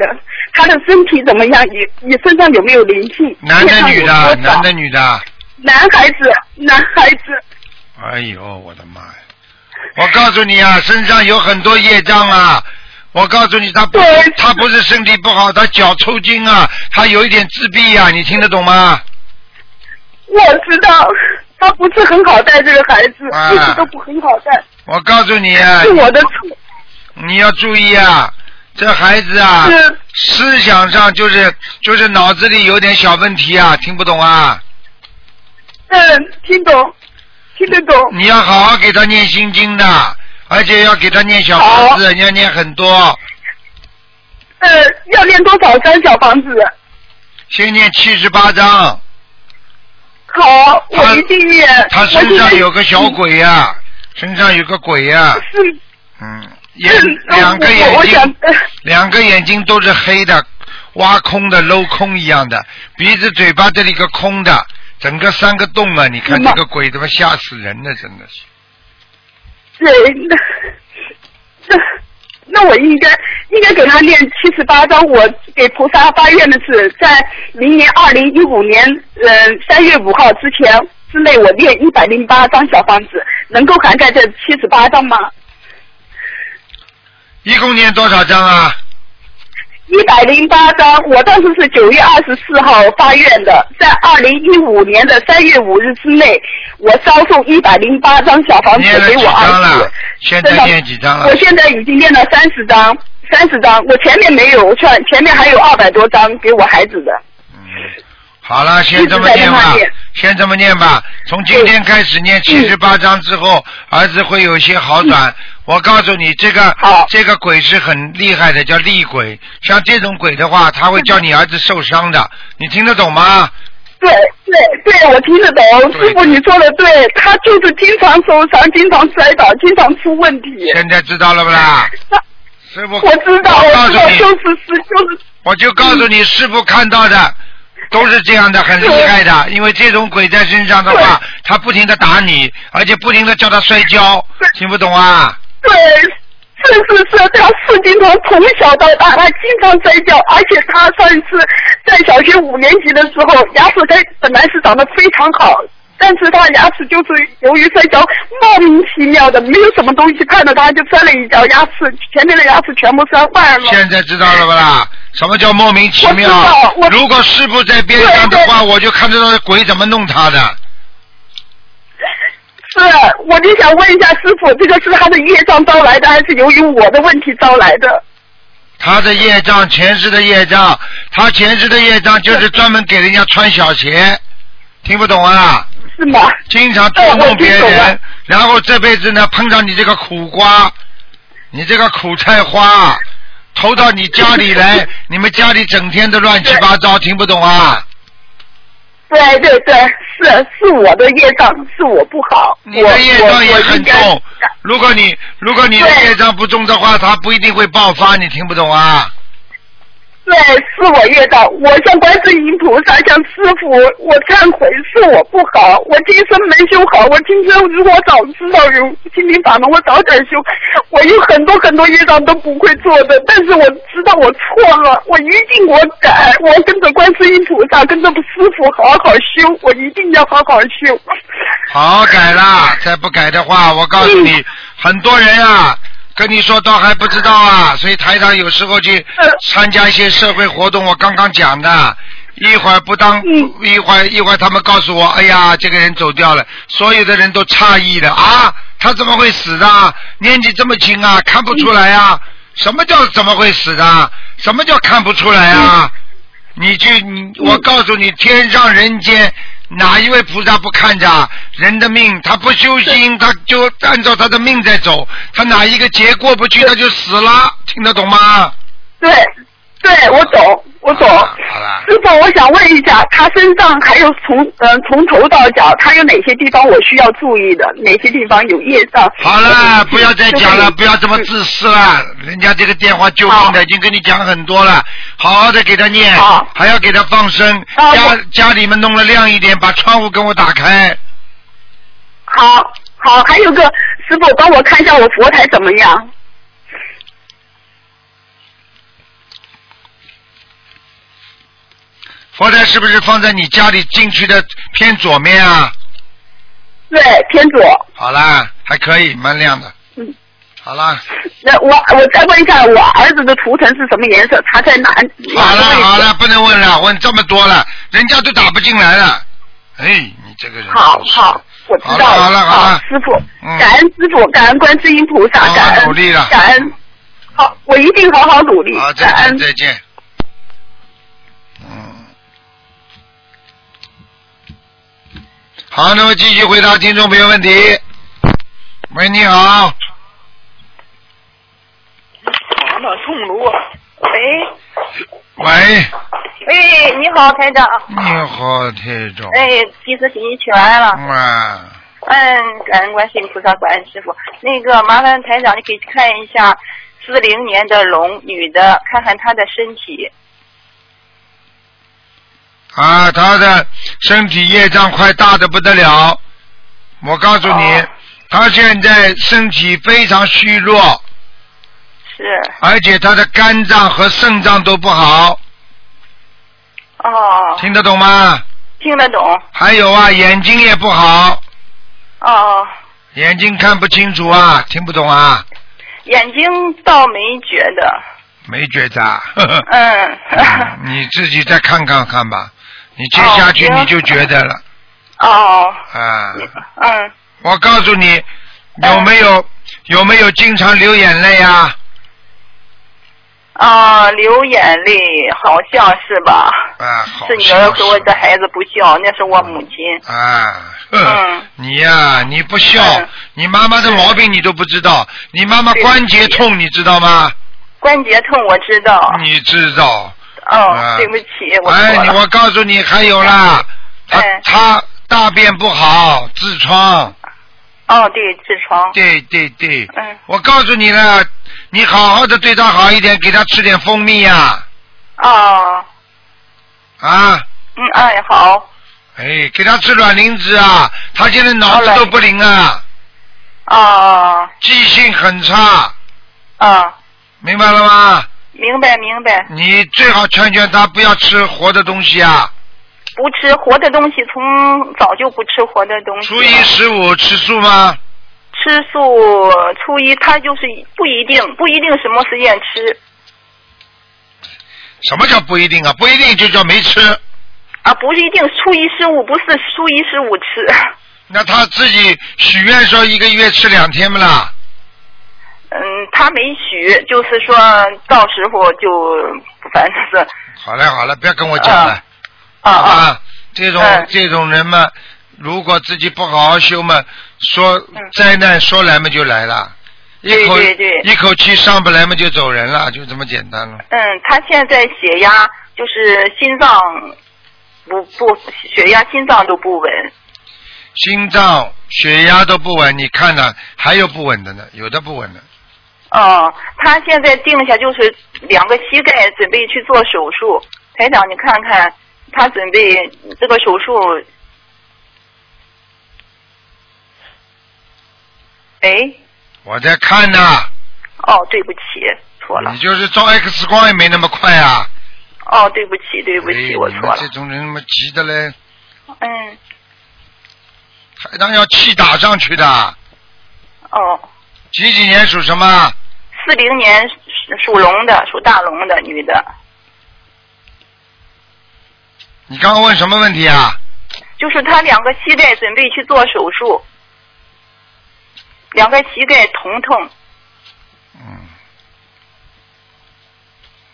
Speaker 5: 他的身体怎么样？你你身上有没有灵性？
Speaker 1: 男的
Speaker 5: 业障
Speaker 1: 女
Speaker 5: 有
Speaker 1: 的？
Speaker 5: 多少
Speaker 1: 男的女的？
Speaker 5: 男孩子，男孩子，
Speaker 1: 哎呦，我的妈呀！我告诉你啊，身上有很多业障啊！我告诉你，他不
Speaker 5: 对
Speaker 1: 他不是身体不好，他脚抽筋啊，他有一点自闭啊，你听得懂吗？
Speaker 5: 我知道他不是很好带这个孩子，
Speaker 1: 啊
Speaker 5: 一直都不很好带，
Speaker 1: 我告诉你啊
Speaker 5: 是，我的错。
Speaker 1: 你要注意啊，这孩子啊，
Speaker 5: 是
Speaker 1: 思想上就是就是脑子里有点小问题啊，听不懂啊？
Speaker 5: 嗯，听懂，听得懂。
Speaker 1: 你要好好给他念心经的，而且要给他念小房子，你要念很多，
Speaker 5: 呃，要练多少张小房子？
Speaker 1: 先念七十八章。
Speaker 5: 好，
Speaker 1: 他
Speaker 5: 我一定练。
Speaker 1: 他
Speaker 5: 呃我
Speaker 1: 身
Speaker 5: 现在嗯
Speaker 1: 上有个小鬼啊呀、身上有个鬼呀、
Speaker 5: 是
Speaker 1: 嗯，眼
Speaker 5: 是
Speaker 1: 两个
Speaker 5: 哦我
Speaker 1: 眼
Speaker 5: 我想
Speaker 1: 睛，，两个眼睛都是黑的，挖空的、镂空一样的，鼻子、嘴巴这里个空的，整个三个洞啊！你看
Speaker 5: 是
Speaker 1: 这
Speaker 5: 吗
Speaker 1: 个鬼他妈吓死人了，真的是。
Speaker 5: 对， 那那那我应该应该给他练七十八章。我给菩萨发愿的是，在明年二零一五年嗯三、月五号之前之内，我练一百零八张小房子，能够涵盖这七十八张吗？
Speaker 1: 一共念多少章啊？
Speaker 5: 一百零八张，我当时是九月二十四号发愿的，在二零一五年的三月五日之内，我烧送一百零八张小房子
Speaker 1: 念了
Speaker 5: 给
Speaker 1: 几
Speaker 5: 我
Speaker 1: 章
Speaker 5: 儿
Speaker 1: 了
Speaker 5: 子。？
Speaker 1: 现
Speaker 5: 真
Speaker 1: 在
Speaker 5: 的
Speaker 1: 念几啊章了
Speaker 5: 我？现在已经练了三十张，三十张，我前面没有，我前前面还有二百多张给我孩子的。
Speaker 1: 好了，先这么念
Speaker 5: 一直在跟
Speaker 1: 吧
Speaker 5: 他念，
Speaker 1: 先这么念吧。从今天开始念七十
Speaker 5: 嗯
Speaker 1: 八章之后，儿子会有一些好转。我告诉你，这个
Speaker 5: 好
Speaker 1: 这个鬼是很厉害的，叫厉鬼。像这种鬼的话，他会叫你儿子受伤的。你听得懂吗？
Speaker 5: 对对对，我听得懂，
Speaker 1: 对
Speaker 5: 师傅你说的对，他就是经常受伤，经常摔倒，经常出问题。
Speaker 1: 现在知道了不啦？
Speaker 5: 那
Speaker 1: 师傅，
Speaker 5: 我知道，
Speaker 1: 我告
Speaker 5: 我知道嗯
Speaker 1: 诉，你
Speaker 5: 就是是就是
Speaker 1: 我就告诉你，师傅看到
Speaker 5: 嗯
Speaker 1: 的都是这样的，很厉害的。因为这种鬼在身上的话，他不停的打你，而且不停的叫他摔跤，听不懂啊？
Speaker 5: 对，是是是，他是经常从小到大，他经常摔跤，而且他上一次在小学五年级的时候，牙齿他本来是长得非常好。但是他牙齿就是由于摔跤，莫名其妙的，没有什么东西绊着他，就摔了一跤，牙齿前面的牙齿全部摔坏了。
Speaker 1: 现在知道了不啦？什么叫莫名其妙
Speaker 5: 我知道？我
Speaker 1: 如果师傅在边上的话，我就看得到鬼怎么弄他的。
Speaker 5: 是，我就想问一下师傅，这个是他的业障招来的，还是由于我的问题招来的？
Speaker 1: 他的业障，前世的业障，他前世的业障就是专门给人家穿小鞋，听不懂啊？
Speaker 5: 是吗？
Speaker 1: 经常捉
Speaker 5: 哎我
Speaker 1: 弄
Speaker 5: 听
Speaker 1: 别
Speaker 5: 懂了
Speaker 1: 人，然后这辈子呢碰上你这个苦瓜，你这个苦菜花，投到 你家里来，你们家里整天都乱七八糟，听不懂啊？
Speaker 5: 对对对，是是我的业障，是我不好。
Speaker 1: 你的业
Speaker 5: 我我
Speaker 1: 障也
Speaker 5: 我
Speaker 1: 很
Speaker 5: 应该
Speaker 1: 重。如果你如果你的
Speaker 5: 对
Speaker 1: 业障不重的话，它不一定会爆发，你听不懂啊？
Speaker 5: 对，是我业障。我向观世音菩萨，向师傅，我忏悔，是我不好，我今生没修好。我今生如果早知道有心灵法门，我早点修，我有很多很多业障都不会做的。但是我知道我错了，我一定我改，我跟着观世音菩萨，跟着师傅好好修，我一定要好好修。
Speaker 1: 好好改啦，
Speaker 5: 嗯
Speaker 1: 再不改的话，我告诉你，很多人啊，跟你说都还不知道啊，所以台长有时候去
Speaker 5: 呃
Speaker 1: 参加一些社会活动，我刚刚讲的，一会儿不当，
Speaker 5: 嗯
Speaker 1: 一会儿一会儿他们告诉我，哎呀，这个人走掉了，所有的人都诧异的啊，他怎么会死的？年纪这么轻啊，看不出来啊，
Speaker 5: 嗯
Speaker 1: 什么叫怎么会死的？什么叫看不出来啊？你去，你
Speaker 5: 嗯
Speaker 1: 我告诉你，天上人间哪一位菩萨不看着人的命？他不修心，他就按照他的命在走，他哪一个劫过不去，他就死了，听得懂吗？
Speaker 5: 对，对，我懂，我懂。
Speaker 1: 好了好了
Speaker 5: 师傅，我想问一下，他身上还有从呃从头到脚，他有哪些地方我需要注意的？哪些地方有业障？
Speaker 1: 好了，不要再讲了，
Speaker 5: 对
Speaker 1: 不要这么自私了。人家这个电话救命的
Speaker 5: 好
Speaker 1: 已经跟你讲很多了，好好的给他念
Speaker 5: 好，
Speaker 1: 还要给他放生。
Speaker 5: 啊
Speaker 1: 家
Speaker 5: 我
Speaker 1: 家里面弄了亮一点，把窗户给我打开。
Speaker 5: 好，好，还有个师傅，帮我看一下我佛台怎么样？
Speaker 1: 佛台是不是放在你家里进去的偏左面啊？
Speaker 5: 对，偏左。
Speaker 1: 好啦，还可以，蛮亮的。
Speaker 5: 嗯。
Speaker 1: 好啦，
Speaker 5: 那我我再问一下，我儿子的图腾是什么颜色？他在哪？
Speaker 1: 好啦
Speaker 5: 哪个位，置
Speaker 1: 好啦，不能问了，问这么多了，人家都打不进来了。哎，你这个人
Speaker 5: 好
Speaker 1: 真是
Speaker 5: 好，我知道
Speaker 1: 好了好了好了
Speaker 5: 师傅
Speaker 1: 嗯，
Speaker 5: 感恩师傅，感恩观世音菩萨
Speaker 1: 好，好
Speaker 5: 感恩
Speaker 1: 努力了
Speaker 5: 感恩。好，我一定好好努力
Speaker 1: 好，，再
Speaker 5: 感
Speaker 1: 见
Speaker 5: 恩。
Speaker 1: 再见。嗯。嗯好，那么继续回答听众朋友问题。喂，你好，
Speaker 7: 麻烦冲炉。喂，
Speaker 1: 喂，
Speaker 7: 喂，哎你好，台长。
Speaker 1: 你好，听众。
Speaker 7: 哎，弟子给你请来了。
Speaker 1: 嗯啊，
Speaker 7: 嗯，感恩观世音菩萨，感恩师傅。那个，麻烦台长，你给看一下四零年的龙女的，看看她的身体。
Speaker 1: 啊，他的身体业障快大的不得了。我告诉你
Speaker 7: 哦，
Speaker 1: 他现在身体非常虚弱，
Speaker 7: 是。
Speaker 1: 而且他的肝脏和肾脏都不好，
Speaker 7: 哦，
Speaker 1: 听得懂吗？
Speaker 7: 听得懂。
Speaker 1: 还有啊，眼睛也不好，
Speaker 7: 哦，
Speaker 1: 眼睛看不清楚啊，听不懂啊，
Speaker 7: 眼睛倒没觉得。
Speaker 1: 没觉得啊。呵呵
Speaker 7: 嗯。
Speaker 1: 嗯 你自己再看看看吧，你接
Speaker 7: 哦
Speaker 1: 下去
Speaker 7: 行
Speaker 1: 你就觉得了
Speaker 7: 哦。
Speaker 1: 啊。
Speaker 7: 嗯。
Speaker 1: 我告诉你，有没有有没有经常流眼泪啊？
Speaker 7: 啊，流眼泪，好像是吧？
Speaker 1: 啊，好
Speaker 7: 是女
Speaker 1: 像
Speaker 7: 儿说
Speaker 1: 是
Speaker 7: 这孩子不孝，那是我母亲。
Speaker 1: 啊，
Speaker 7: 嗯
Speaker 1: 你呀、你不孝，
Speaker 7: 嗯
Speaker 1: 你妈妈的毛病你都不知道，你妈妈
Speaker 7: 对
Speaker 1: 关节痛，你知道吗？
Speaker 7: 关节痛我知道，
Speaker 1: 你知道。
Speaker 7: 哦，
Speaker 1: 嗯
Speaker 7: 嗯对不起，我
Speaker 1: 哎，
Speaker 7: 错
Speaker 1: 你
Speaker 7: 了。
Speaker 1: 我告诉你，还有啦，她
Speaker 7: 嗯
Speaker 1: 她大便不好，痔疮，
Speaker 7: 哦，对，痔疮。
Speaker 1: 对对对，
Speaker 7: 嗯，
Speaker 1: 我告诉你了，你好好的对她好一点，给她吃点蜂蜜呀、
Speaker 7: 哦，
Speaker 1: 啊，
Speaker 7: 嗯，哎，好，
Speaker 1: 哎，给她吃卵磷脂啊，她现在脑子
Speaker 7: 好嘞
Speaker 1: 都不灵啊，
Speaker 7: 哦，
Speaker 1: 记性很差，
Speaker 7: 哦，
Speaker 1: 明白了吗？
Speaker 7: 明白明白，
Speaker 1: 你最好劝劝他不要吃活的东西啊，
Speaker 7: 不吃活的东西，从早就不吃活的东西
Speaker 1: 初
Speaker 7: 了。
Speaker 1: 一十五吃素吗？
Speaker 7: 吃素，初一他就是不一定，不一定什么时间吃
Speaker 1: 什么叫不一定啊？不一定就叫没吃。
Speaker 7: 啊，不是一定初一十五，不是初一十五吃。
Speaker 1: 那他自己许愿说一个月吃两天不啦？
Speaker 7: 嗯，他没许，就是说到时候就反正是
Speaker 1: 好了好了，不要跟我讲了，
Speaker 7: 啊
Speaker 1: 好
Speaker 7: 啊
Speaker 1: 吧？这种、
Speaker 7: 嗯
Speaker 1: 这种人嘛，如果自己不好好修嘛，说
Speaker 7: 嗯
Speaker 1: 灾难说来嘛就来了，一口
Speaker 7: 对对对
Speaker 1: 一口气上不来嘛就走人了，就这么简单了。
Speaker 7: 嗯，他现在血压就是心脏不不血压、心脏都不稳。
Speaker 1: 心脏、血压都不稳，你看呢？还有不稳的呢，有的不稳的。
Speaker 7: 哦，他现在定下就是两个膝盖准备去做手术。台长，你看看他准备这个手术。哎，
Speaker 1: 我在看呢，
Speaker 7: 哦，对不起，错了
Speaker 1: 你。就是照 X 光也没那么快啊。
Speaker 7: 哦，对不起，对不
Speaker 1: 哎
Speaker 7: 起，我
Speaker 1: 你
Speaker 7: 错
Speaker 1: 们
Speaker 7: 了
Speaker 1: 这。种人那么急的嘞，
Speaker 7: 嗯，
Speaker 1: 台长要气打上去的。
Speaker 7: 哦，
Speaker 1: 几几年属什么？
Speaker 7: 四零年属属龙的，属大龙的女的，
Speaker 1: 你刚刚问什么问题啊？
Speaker 7: 就是她两个膝盖准备去做手术，两个膝盖疼痛。
Speaker 1: 嗯，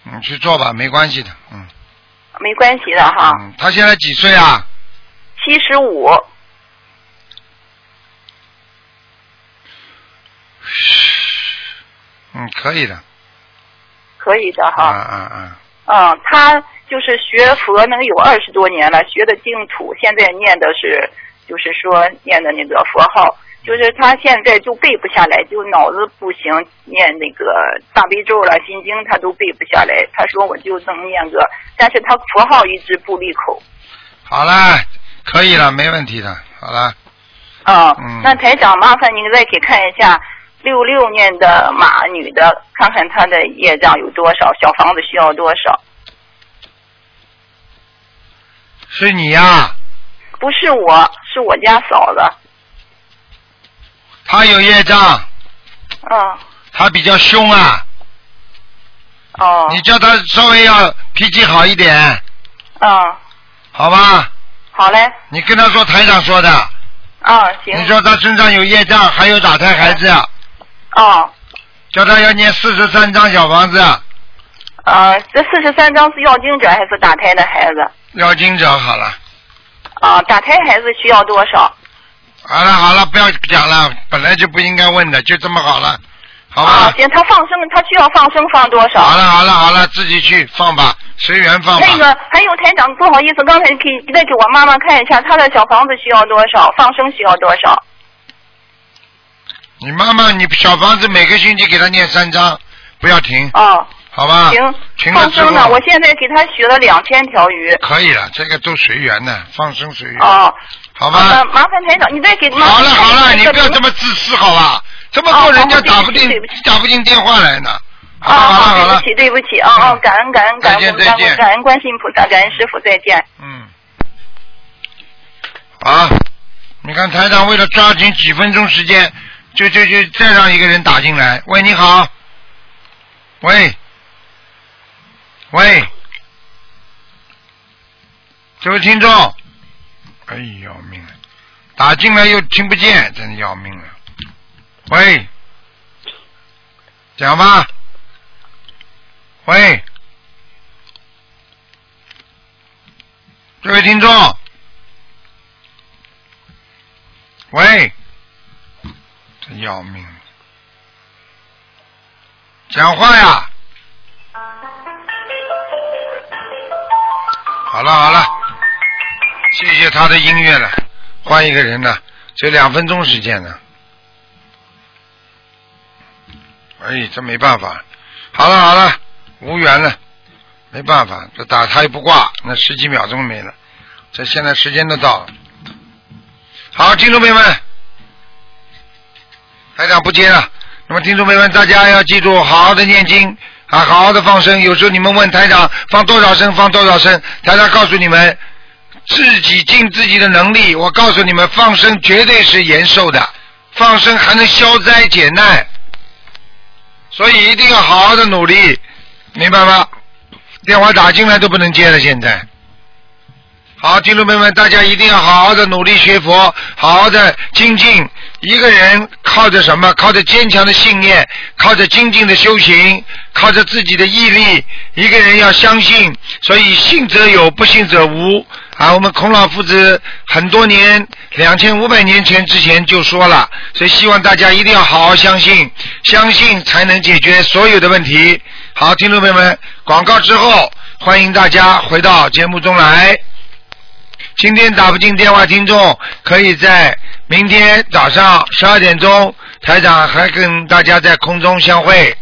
Speaker 1: 你去做吧，没关系的。嗯，
Speaker 7: 没关系的哈，
Speaker 1: 嗯他现在几岁啊？
Speaker 7: 七十五，
Speaker 1: 嗯，可以的。
Speaker 7: 可以的
Speaker 1: 啊
Speaker 7: 哈。
Speaker 1: 啊啊！
Speaker 7: 嗯，他就是学佛能有二十多年了，学的净土，现在念的是就是说念的那个佛号，就是他现在就背不下来，就脑子不行，念那个大悲咒了、心经他都背不下来。他说我就能念个，但是他佛号一直不利口。
Speaker 1: 好了，可以了，没问题的。好了，
Speaker 7: 嗯，
Speaker 1: 嗯
Speaker 7: 那台长麻烦您再给看一下。六六年的马女的，看看她的业障有多少，小房子需要多少？
Speaker 1: 是你呀、
Speaker 7: 不是我，是我家嫂子。
Speaker 1: 他有业障，
Speaker 7: 嗯，
Speaker 1: 他比较凶啊。
Speaker 7: 哦，
Speaker 1: 你叫他稍微要脾气好一点，
Speaker 7: 嗯，
Speaker 1: 好吧？
Speaker 7: 好嘞，
Speaker 1: 你跟他说台长说的，
Speaker 7: 嗯，行，
Speaker 1: 你说他身上有业障，还有打胎孩子，
Speaker 7: 哦，
Speaker 1: 叫他要念四十三张小房子，
Speaker 7: 呃，这四十三张是要经者还是打胎的孩子？
Speaker 1: 要经者好了。
Speaker 7: 啊、打胎孩子需要多少？
Speaker 1: 好了好了，不要讲了，本来就不应该问的，就这么好了，好
Speaker 7: 啊，
Speaker 1: 吧？
Speaker 7: 行，他放生，他需要放生放多少？
Speaker 1: 好了好了好了，自己去放吧，随缘放吧。
Speaker 7: 那个还有台长，不好意思，刚才给再给我妈妈看一下，她的小房子需要多少，放生需要多少？
Speaker 1: 你妈妈，你小房子每个星期给她念三张，不要停，
Speaker 7: 哦，
Speaker 1: 好吧？
Speaker 7: 行，
Speaker 1: 停啊了
Speaker 7: 放
Speaker 1: 之
Speaker 7: 生呢，
Speaker 1: 后
Speaker 7: 我现在给他许了两千条鱼。
Speaker 1: 可以了，这个都随缘的，放生随缘，
Speaker 7: 哦，
Speaker 1: 好
Speaker 7: 好的
Speaker 1: 吧？
Speaker 7: 麻烦台长，你再给妈妈
Speaker 1: 好了
Speaker 7: 看
Speaker 1: 好
Speaker 7: 一下
Speaker 1: 了，你
Speaker 7: 这
Speaker 1: 不要
Speaker 7: 个
Speaker 1: 这么自私，好吧？这么做
Speaker 7: 哦
Speaker 1: 人家
Speaker 7: 好
Speaker 1: 打不
Speaker 7: 对不起
Speaker 1: 进
Speaker 7: 对不起
Speaker 1: 打不进电话来呢。好
Speaker 7: 啊
Speaker 1: 了好了
Speaker 7: 啊！
Speaker 1: 好
Speaker 7: 对
Speaker 1: 了
Speaker 7: 不，起，对不起，啊啊！
Speaker 1: 嗯
Speaker 7: 感恩感恩感
Speaker 1: 再见
Speaker 7: 恩，
Speaker 1: 再
Speaker 7: 感
Speaker 1: 见
Speaker 7: 恩感恩观世音菩萨，感恩师傅，再见。
Speaker 1: 嗯。啊，你看台长为了抓紧几分钟时间，就就就再让一个人打进来。喂，你好。喂。喂。这位听众，哎，要命了！打进来又听不见，真的要命了。喂，讲吧。喂，这位听众，喂，真要命了！讲话呀！好了好了，谢谢他的音乐了，换一个人了，只有两分钟时间呢。哎，这没办法，好了好了，无缘了，没办法，这打他也不挂，那十几秒钟没了，这现在时间都到了。好，听众朋友们，台长不接了。那么，听众朋友们，大家要记住，好好的念经啊，好好的放生。有时候你们问台长放多少声，放多少声，台长告诉你们，自己尽自己的能力。我告诉你们，放生绝对是延寿的，放生还能消灾解难，所以一定要好好的努力，明白吗？电话打进来都不能接了，现在。好，听众朋友们，大家一定要好好的努力学佛，好好的精进。一个人靠着什么？靠着坚强的信念，靠着精进的修行，靠着自己的毅力。一个人要相信，所以信则有，不信则无。啊，我们孔老夫子很多年，两千五百年前之前就说了，所以希望大家一定要好好相信，相信才能解决所有的问题。好，听众朋友们，广告之后，欢迎大家回到节目中来。今天打不进电话，听众可以在明天早上十二点钟，台长还跟大家在空中相会。